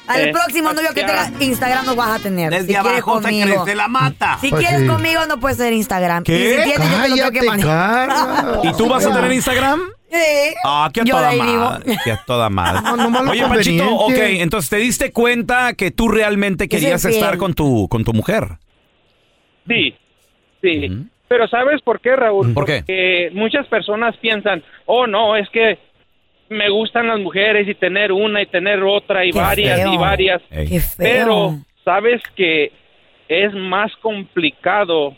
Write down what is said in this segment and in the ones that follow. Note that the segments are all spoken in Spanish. Al Eh, próximo novio que hacia- tenga Instagram no vas a tener. si quieres conmigo. la mata. Si Pues quieres sí. conmigo no puedes tener Instagram. ¿Qué? Y si tienes, yo te lo tengo Cállate, que manejar. Carla. ¿Y tú vas a tener Instagram? Sí. Ah, que a Yo toda de ahí vivo. madre. Que a toda madre. No, nomás lo Oye, Panchito, ok, conveniente. entonces te diste cuenta que tú realmente querías infiel. estar con tu, con tu mujer. Sí, sí. Pero ¿sabes por qué, Raúl? ¿Por qué? Porque muchas personas piensan, oh, no, es que me gustan las mujeres y tener una y tener otra y Qué varias y feo. varias. Ey. Qué feo. Pero sabes que es más complicado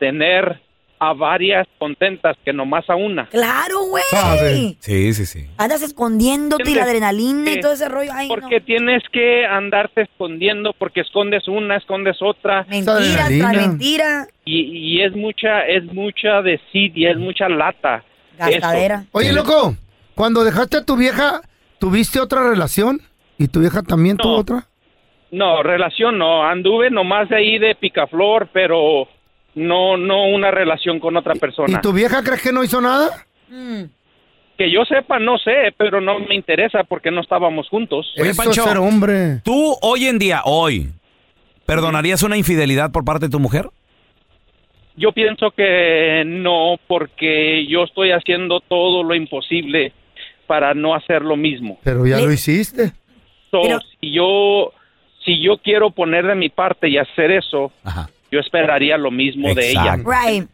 tener a varias contentas que nomás a una. Claro, güey. Sabe. Sí, sí, sí. Andas escondiéndote y la adrenalina y Eh, todo ese rollo. Ay, no. Porque tienes que andarte escondiendo porque escondes una, escondes otra Mentira, Adrenalina. tras mentira. y, y es mucha, es mucha desidia, es mucha lata. eso. Gastadera. Oye, loco, cuando dejaste a tu vieja, ¿tuviste otra relación? ¿Y tu vieja también tuvo No. otra? No, relación no. Anduve nomás de ahí de picaflor, pero no, no una relación con otra persona. ¿Y tu vieja crees que no hizo nada? Mm. Que yo sepa, no sé, pero no me interesa porque no estábamos juntos. Oye, Eso Pancho. es ser hombre. ¿Tú hoy en día, hoy, perdonarías una infidelidad por parte de tu mujer? Yo pienso que no, porque yo estoy haciendo todo lo imposible para no hacer lo mismo. Pero ya Le- lo hiciste. So, Pero- si yo, si yo quiero poner de mi parte y hacer eso, Ajá. yo esperaría lo mismo de ella. Exacto. Right.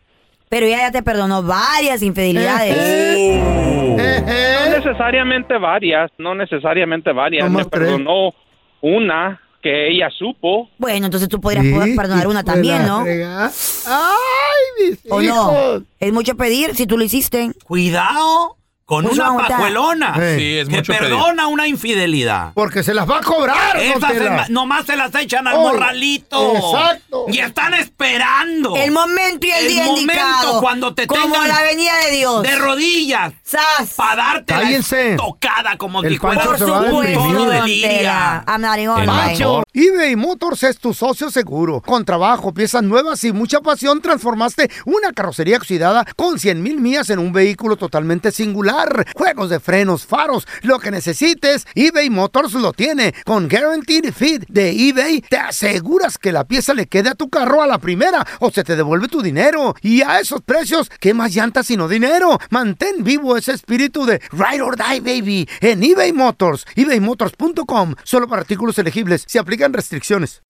Pero ella ya te perdonó varias infidelidades. Eh, No eh. necesariamente varias, no necesariamente varias. Nomás Me tres. perdonó una que ella supo. Bueno, entonces tú podrías Sí, poder perdonar una hijo de también, la ¿no? fregada. ¡Ay, mis ¿O hijos! no? Es mucho pedir si tú lo hiciste. Cuidado con Mucho una aguantar. pajuelona Sí, es que mucho pedir. una infidelidad. Porque se las va a cobrar, don Esas Tela. se- nomás se las echan al Oh, morralito. exacto. Y están esperando. El momento y el, El día momento indicado. cuando te Como tengan- la venida de Dios. De rodillas. ¡Sas! Para darte Cállense. la tocada como El si fuera Pancho Por se va a un deprimir. toro de supuesto, don Tela. liria. I'm not in on El that. Pancho. eBay Motors es tu socio seguro. Con trabajo, piezas nuevas y mucha pasión, transformaste una carrocería oxidada con 100 mil millas en un vehículo totalmente singular. Juegos de frenos, faros, lo que necesites, eBay Motors lo tiene. Con Guaranteed Fit de eBay, te aseguras que la pieza le quede a tu carro a la primera o se te devuelve tu dinero. Y a esos precios, ¿qué más llantas sino dinero? Mantén vivo ese espíritu de Ride or Die, baby, en eBay Motors. ebaymotors.com, solo para artículos elegibles. Se aplican restricciones.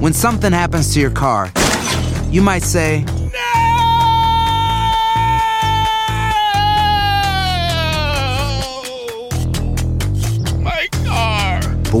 When something happens to your car, you might say, But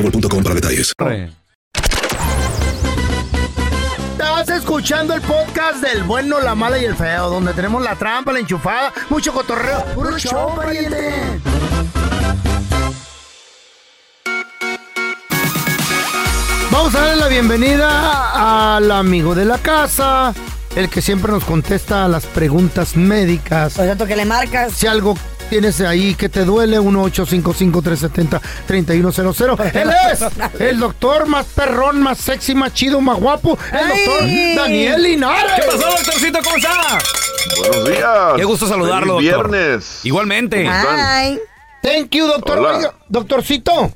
para detalles. Estás escuchando el podcast del bueno, la mala y el feo, donde tenemos la trampa, la enchufada, mucho cotorreo. ¡Puro show, pariente! Vamos a darle la bienvenida al amigo de la casa, el que siempre nos contesta las preguntas médicas. Exacto, que le marcas. Si algo tienes ahí que te duele, 1-855-370-3100. Él es el doctor más perrón, más sexy, más chido, más guapo, el ¡Ay! doctor Daniel Linares. ¿Qué pasó, doctorcito? ¿Cómo está? Buenos días. Qué gusto saludarlo, Feliz doctor. viernes. Igualmente. Thank you, doctor. Hola. Oiga, doctorcito.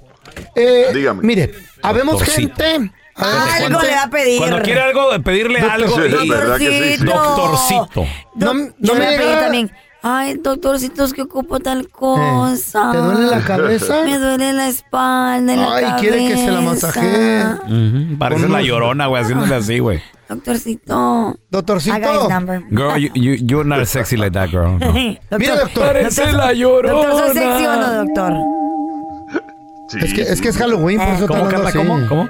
eh, Dígame. Mire, habemos Doctorcito. gente. Algo le va a pedir. Cuando quiere algo, pedirle algo. Sí, y- verdad que sí. Doctorcito. No, no Yo me le voy a pedir diga- también. Ay, doctorcitos, que ocupo tal cosa. ¿Te duele la cabeza? Me duele la espalda, la Ay, cabeza. quiere que se la masajee. Ujú, Parece la llorona, güey, haciéndole así, güey. Doctorcito. Doctorcito. I got his number. Girl, you, you, you're not sexy like that, girl. no. Doctor, Mira, doctor. Parece la Doctor, ¿soy sexy o no, llorona. doctor? Es que es, que es Halloween, por eso está ¿Cómo, hablando Carla? así. ¿Cómo? ¿Cómo?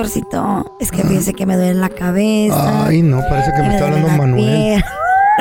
Doctorcito, es que fíjese que me duele la cabeza. Ay, no, parece que me está duele hablando la Manuel. piel.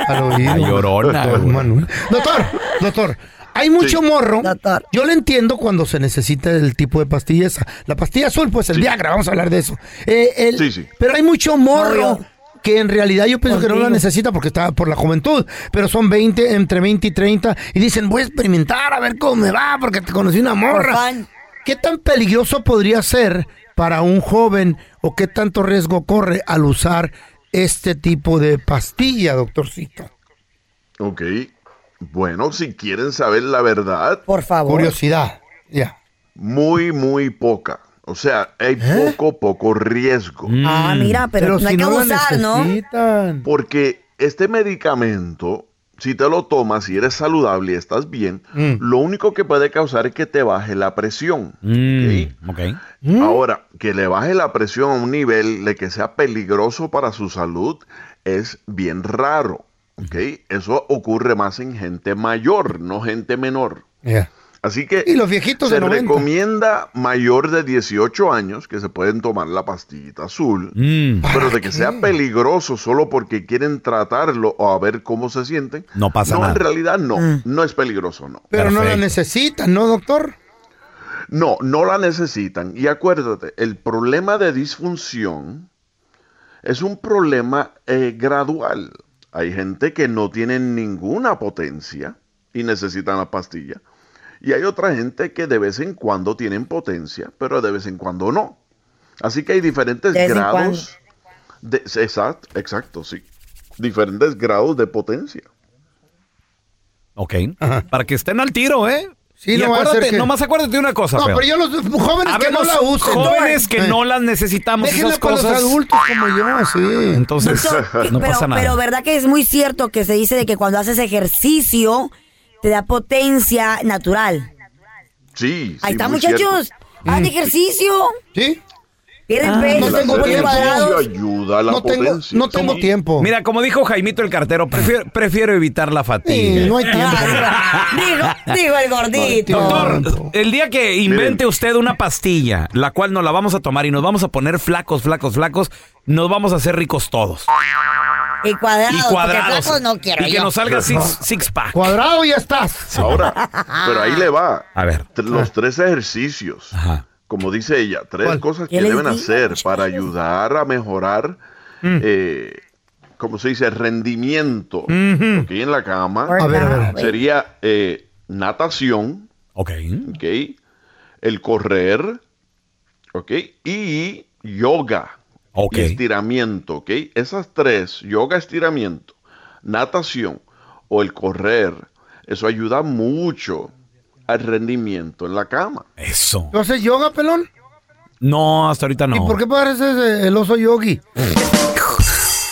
Al La oído. llorona, Doctor güey. Manuel. Doctor, doctor, hay mucho morro. Doctor. Yo lo entiendo cuando se necesita el tipo de pastilla esa. La pastilla azul, pues el Viagra, vamos a hablar de eso. Eh, el- Sí, sí. Pero hay mucho morro. Que en realidad yo pienso que no la Contigo. necesita porque está por la juventud, pero son 20, entre 20 y 30, y dicen, voy a experimentar a ver cómo me va, porque te conocí una Por morra. fan. ¿Qué tan peligroso podría ser para un joven o qué tanto riesgo corre al usar este tipo de pastilla, doctorcito? Ok. Bueno, si quieren saber la verdad, Por favor. Curiosidad. Ya. muy, muy poca. O sea, hay poco, poco riesgo. Ah, mira, pero, no hay que abusar, ¿no? Porque este medicamento, si te lo tomas, si eres saludable y estás bien, Mm. lo único que puede causar es que te baje la presión. ¿ok? Mm, ok. Ahora, que le baje la presión a un nivel de que sea peligroso para su salud es bien raro. ¿ok? Eso ocurre más en gente mayor, no gente menor. Así que Y los viejitos se de 90. recomienda mayor de 18 años que se pueden tomar la pastillita azul, Mm, pero de que sea peligroso solo porque quieren tratarlo o a ver cómo se sienten. No pasa nada. en realidad no, no es peligroso, no. Mm. Pero no la Perfecto. necesitan, ¿no, doctor? No, no la necesitan. Y acuérdate, el problema de disfunción es un problema eh, gradual. Hay gente que no tiene ninguna potencia y necesitan la pastilla. Y hay otra gente que de vez en cuando tienen potencia, pero de vez en cuando no. Así que hay diferentes De vez en grados. De, exacto, exacto, sí. Diferentes grados de potencia. ok. Para que estén al tiro, ¿eh? Sí, y no va a acuérdate, ser que- nomás acuérdate de una cosa, No, feo. pero yo los jóvenes que no Habemos la usen. jóvenes que Eh, no las necesitamos Déjenla esas para los cosas. adultos como yo, sí. Entonces, Doctor, no pero, pasa nada. pero verdad que es muy cierto que se dice de que cuando haces ejercicio te da potencia natural. Sí, Ahí sí, está, muy cierto. Mm. Ah, muchachos. Hagan ejercicio. ¿Sí? Pierden El peso, no tengo hacer son tiempo. ejercicio cuadrados. ayuda a la No tengo, potencia. no tengo Sí. tiempo. Mira, como dijo Jaimito el cartero, prefiero, prefiero evitar la fatiga. Sí, no hay tiempo. Ah, digo, digo el gordito. Doctor, el día que invente usted una pastilla, la cual nos la vamos a tomar y nos vamos a poner flacos, flacos, flacos, nos vamos a hacer ricos todos. Y cuadrados. Y porque cuadrados. Pues flacos no quiero y que yo. nos salga six, six pack. Cuadrado ya estás. Ahora, pero ahí le va. A ver. Ah. T- Los tres ejercicios. Ajá. Como dice ella, tres ¿Cuál? cosas ¿Qué que les deben digo, hacer chicos? para ayudar a mejorar, Mm. eh, como se dice, rendimiento. Ok, en la cama A ver, a ver. sería eh, natación, Ok. ok, el correr, ok, y yoga. Ok. y estiramiento, ¿ok? Esas tres, yoga, estiramiento, natación o el correr, eso ayuda mucho al rendimiento en la cama. Eso. ¿Tú haces yoga, pelón? No, hasta ahorita no. Mm. ¿Y por qué pareces eh, el oso yogi?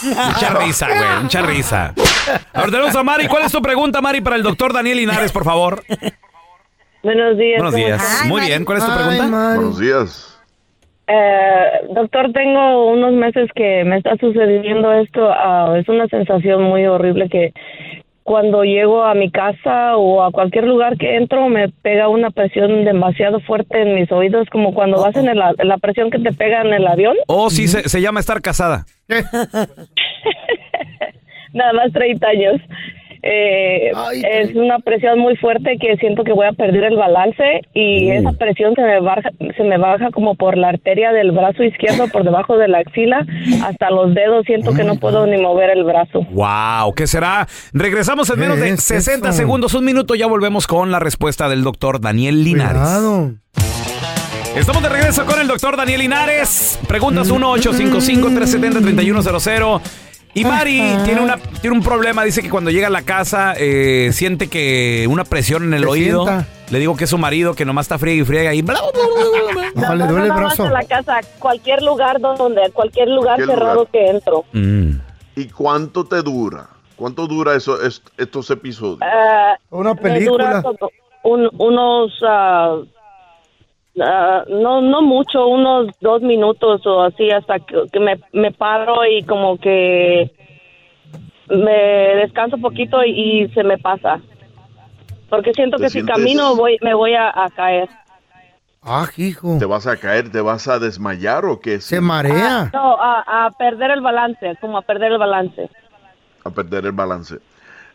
Mucha risa, güey. Mucha risa. Ahora tenemos a Mari. ¿Cuál es tu pregunta, Mari, para el doctor Daniel Linares, por favor? Buenos días. Buenos ¿cómo días. estás? Muy bien. ¿Cuál es tu pregunta? Buenos días. Eh, doctor, tengo unos meses que me está sucediendo esto. ah, es una sensación muy horrible que cuando llego a mi casa o a cualquier lugar que entro me pega una presión demasiado fuerte en mis oídos, como cuando vas Oh. en el a- la presión que te pega en el avión. Oh, sí, se, se llama estar casada. Nada más 30 años. Eh, es una presión muy fuerte que siento que voy a perder el balance y Uh. esa presión se me, baja, se me baja como por la arteria del brazo izquierdo, por debajo de la axila, hasta los dedos. Siento que no puedo ni mover el brazo. Wow, ¿qué será? Regresamos en menos de 60 eso? segundos, un minuto, ya volvemos con la respuesta del doctor Daniel Linares. Estamos de regreso con el doctor Daniel Linares. Preguntas 1-855-370-3100. Y Mari tiene, una, tiene un problema. Dice que cuando llega a la casa eh, siente que una presión en el Se oído. sienta. Le digo que es su marido, que nomás está friega y friega. Y bla, bla, bla, bla, bla. No, le duele el Nada más a brazo. la casa, cualquier lugar donde, cualquier lugar Cualquier cerrado lugar. que entro. Mm. ¿Y cuánto te dura? ¿Cuánto dura eso, est- estos episodios? Ah, Una me dura como un- unos, ah, ah, no, no mucho, unos dos minutos o así hasta que, que me, me paro y como que me descanso poquito y, y se me pasa. Porque siento ¿Te que sientes- si camino voy, me voy a, a caer. Ah, hijo. ¿Te vas a caer? ¿Te vas a desmayar o qué? Se marea. Ah, No, a, a perder el balance, como a perder el balance. a perder el balance.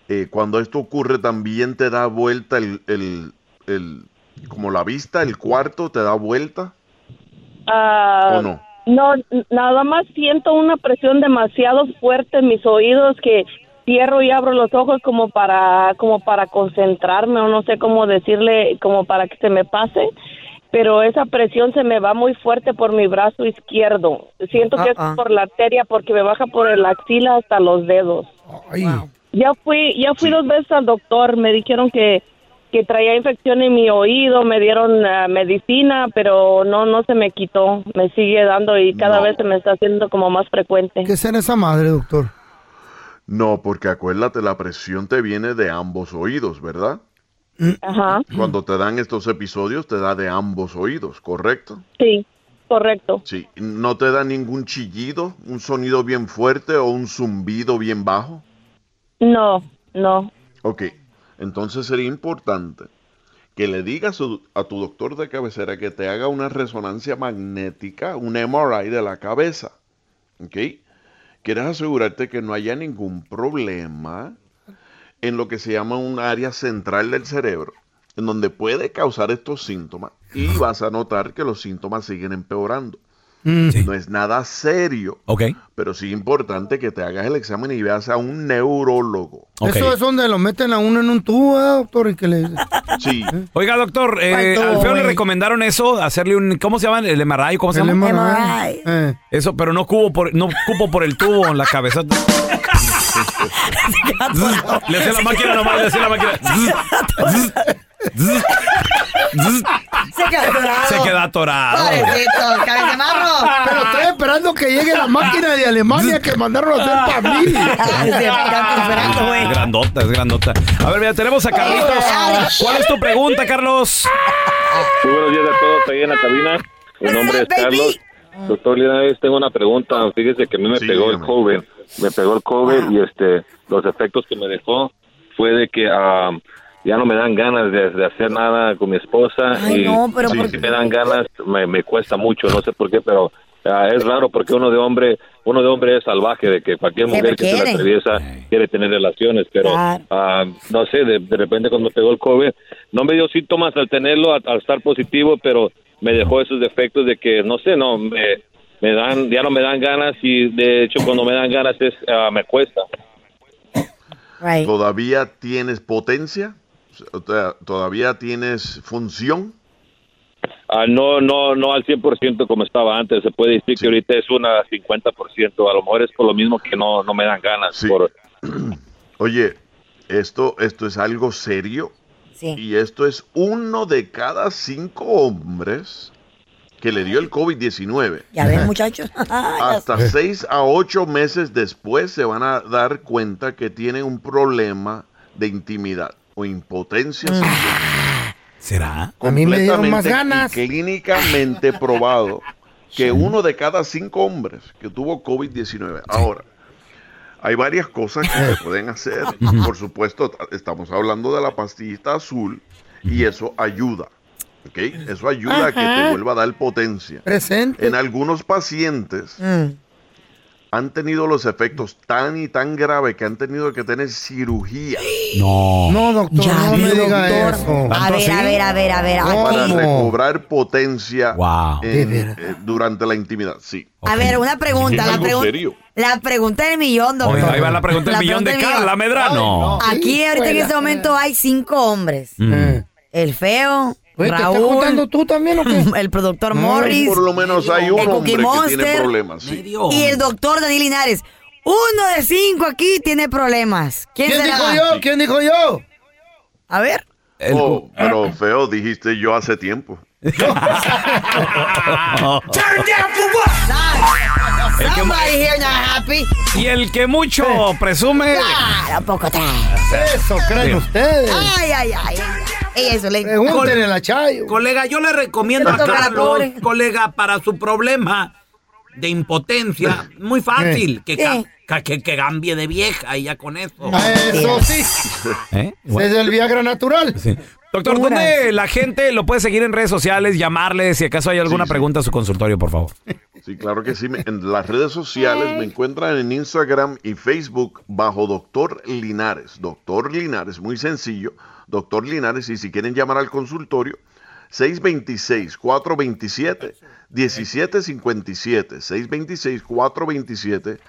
Eh, cuando esto ocurre también te da vuelta el, el- el- como la vista, el cuarto te da vuelta Ah, o no. No, n- nada más siento una presión demasiado fuerte en mis oídos que cierro y abro los ojos como para como para concentrarme o no sé cómo decirle, como para que se me pase, pero esa presión se me va muy fuerte por mi brazo izquierdo. Siento que Ah, ah. es por la arteria porque me baja por la axila hasta los dedos. Ya fui, ya fui dos veces al doctor, me dijeron que, que traía infección en mi oído, me dieron ah, medicina, pero no, no se me quitó, me sigue dando y cada vez se me está haciendo como más frecuente. ¿Qué será esa madre, doctor? No, porque acuérdate, la presión te viene de ambos oídos, ¿verdad? Ajá, Cuando te dan estos episodios te da de ambos oídos, ¿correcto? sí, correcto. Sí, no te da ningún chillido, un sonido bien fuerte o un zumbido bien bajo. No, no. Ok, entonces sería importante que le digas a su- a tu doctor de cabecera que te haga una resonancia magnética, un MRI de la cabeza. ¿Ok? Quieres asegurarte que no haya ningún problema en lo que se llama un área central del cerebro, en donde puede causar estos síntomas y vas a notar que los síntomas siguen empeorando. No es nada serio, pero sí importante que te hagas el examen y veas a un neurólogo. Eso es donde lo meten a uno en un tubo, ¿eh, doctor, y que le... Sí. Oiga, doctor, eh, Ay, todo, al feo le güey. recomendaron eso, hacerle un. ¿Cómo se llama? ¿El MRI? ¿Cómo se El llama? Eh. MRI. Eso, pero no cubo por, no cupo por el tubo en la cabeza. le hacía la máquina nomás, le hacía la máquina. Se queda atorado. Se queda atorado. Pobrecito, cabezamarro. Pero estoy esperando que llegue la máquina de Alemania que mandaron a hacer para mí. Es grandota, es grandota. A ver, mira, tenemos a Carlitos. ¿Cuál es tu pregunta, Carlos? Muy buenos días a todos ahí en la cabina. Mi nombre es Carlos. Doctor Linares, tengo una pregunta. Fíjese que a mí me pegó el COVID. Me pegó el COVID y este los efectos que me dejó fue de que am, ya no me dan ganas de, de hacer nada con mi esposa. Ay, y no, pero si ¿por me dan ganas, me, me cuesta mucho, no sé por qué, pero ah, es raro porque uno de hombre uno de hombre es salvaje, de que cualquier Se mujer que se le requiere. atraviesa quiere tener relaciones, pero Claro. ah, no sé, de, de repente cuando me pegó el COVID, no me dio síntomas al tenerlo, al, al estar positivo, pero me dejó esos defectos de que, no sé, no, me, me dan, ya no me dan ganas y de hecho cuando me dan ganas es, ah, me cuesta. ¿Todavía tienes potencia? O sea, ¿Todavía tienes función? Ah, no, no, no al 100% como estaba antes. Se puede decir que ahorita es una 50%. A lo mejor es por lo mismo que no, no me dan ganas. Por, Oye, esto, esto es algo serio. Y esto es uno de cada cinco hombres que le dio el COVID-19. Ya ven, muchachos. Hasta seis a ocho meses después se van a dar cuenta que tienen un problema de intimidad o impotencia sexual. ¿Será? Mm. A mí me dieron más Completamente ganas. y Clínicamente probado que uno de cada cinco hombres que tuvo COVID-19. Ahora, hay varias cosas que se pueden hacer. Por supuesto, ta- estamos hablando de la pastillita azul y eso ayuda. ¿ok? Eso ayuda a que Ajá. te vuelva a dar potencia. Presente. En algunos pacientes Mm. han tenido los efectos tan y tan graves que han tenido que tener cirugía. No. No, doctor, no me diga eso. A ver, a ver, a ver, a ver. Para aquí. recobrar potencia en- De verdad. eh, durante la intimidad, sí. A ver, una pregunta. Es La, algo pregun- serio. la pregunta del millón, doctor. Oiga, ahí va la pregunta del millón de pregunta Carla millón. Medrano. Ay, no. Aquí, ahorita en Escuela. este momento, hay cinco hombres. Mm. El feo, Oye, ¿te estás Raúl. juntando tú también o qué? El productor Morris. Por lo menos hay un el hombre Cookie que tiene Monster problemas, sí. Y el doctor Daniel Linares. Uno de cinco aquí tiene problemas. ¿Quién, ¿Quién será? dijo yo? ¿Quién dijo yo? A ver. Oh, pero feo, dijiste yo hace tiempo. pues! El que- Somebody here not "Ah, happy. Y el que mucho presume. Claro, poco trae. Eso creen Sí. ustedes. Ay, ay, ay. Ella eso le Pregúntenle Eh, a la Chayo. Colega, yo le recomiendo a Pero para Carlos, pobre. colega, para su problema de impotencia, muy Eh. fácil, que, Eh. ca- ca- que, que cambie de vieja y ya con eso. Eso sí. ¿Eh? Eh, Es el Viagra natural. Doctor, ¿dónde la gente lo puede seguir en redes sociales, llamarle si acaso hay alguna pregunta a su consultorio, por favor? Sí, claro que sí. Me- En las redes sociales me encuentran en Instagram y Facebook bajo Doctor Linares. Doctor Linares, muy sencillo. Doctor Linares, y si quieren llamar al consultorio, 626-427-1757.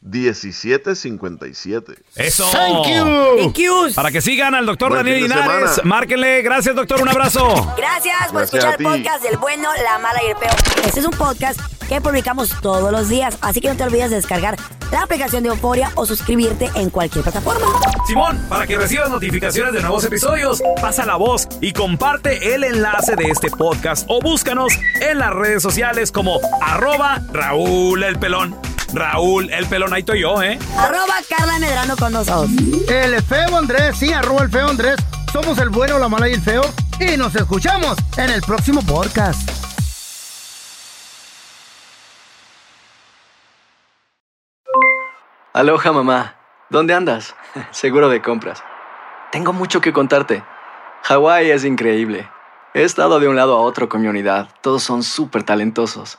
626-427-1757. Eso. Thank you. Thank yous. Para que sigan al doctor Buen Daniel fin de Linares, semana. márquenle. Gracias, doctor. Un abrazo. Gracias por Gracias a escuchar el ti. podcast del bueno, la mala y el peor. Este es un podcast que publicamos todos los días, así que no te olvides de descargar la aplicación de Euforia o suscribirte en cualquier plataforma. Simón, para que recibas notificaciones de nuevos episodios, pasa la voz y comparte el enlace de este podcast o búscanos en las redes sociales como arroba Raúl el Pelón. Raúl el Pelón, ahí estoy yo, ¿eh? Arroba Carla Medrano con nosotros. El feo Andrés, sí, arroba el feo Andrés. Somos el bueno, la mala y el feo. Y nos escuchamos en el próximo podcast. Aloha mamá, ¿dónde andas? Seguro de compras. Tengo mucho que contarte. Hawái es increíble. He estado de un lado a otro con mi unidad. Todos son súper talentosos.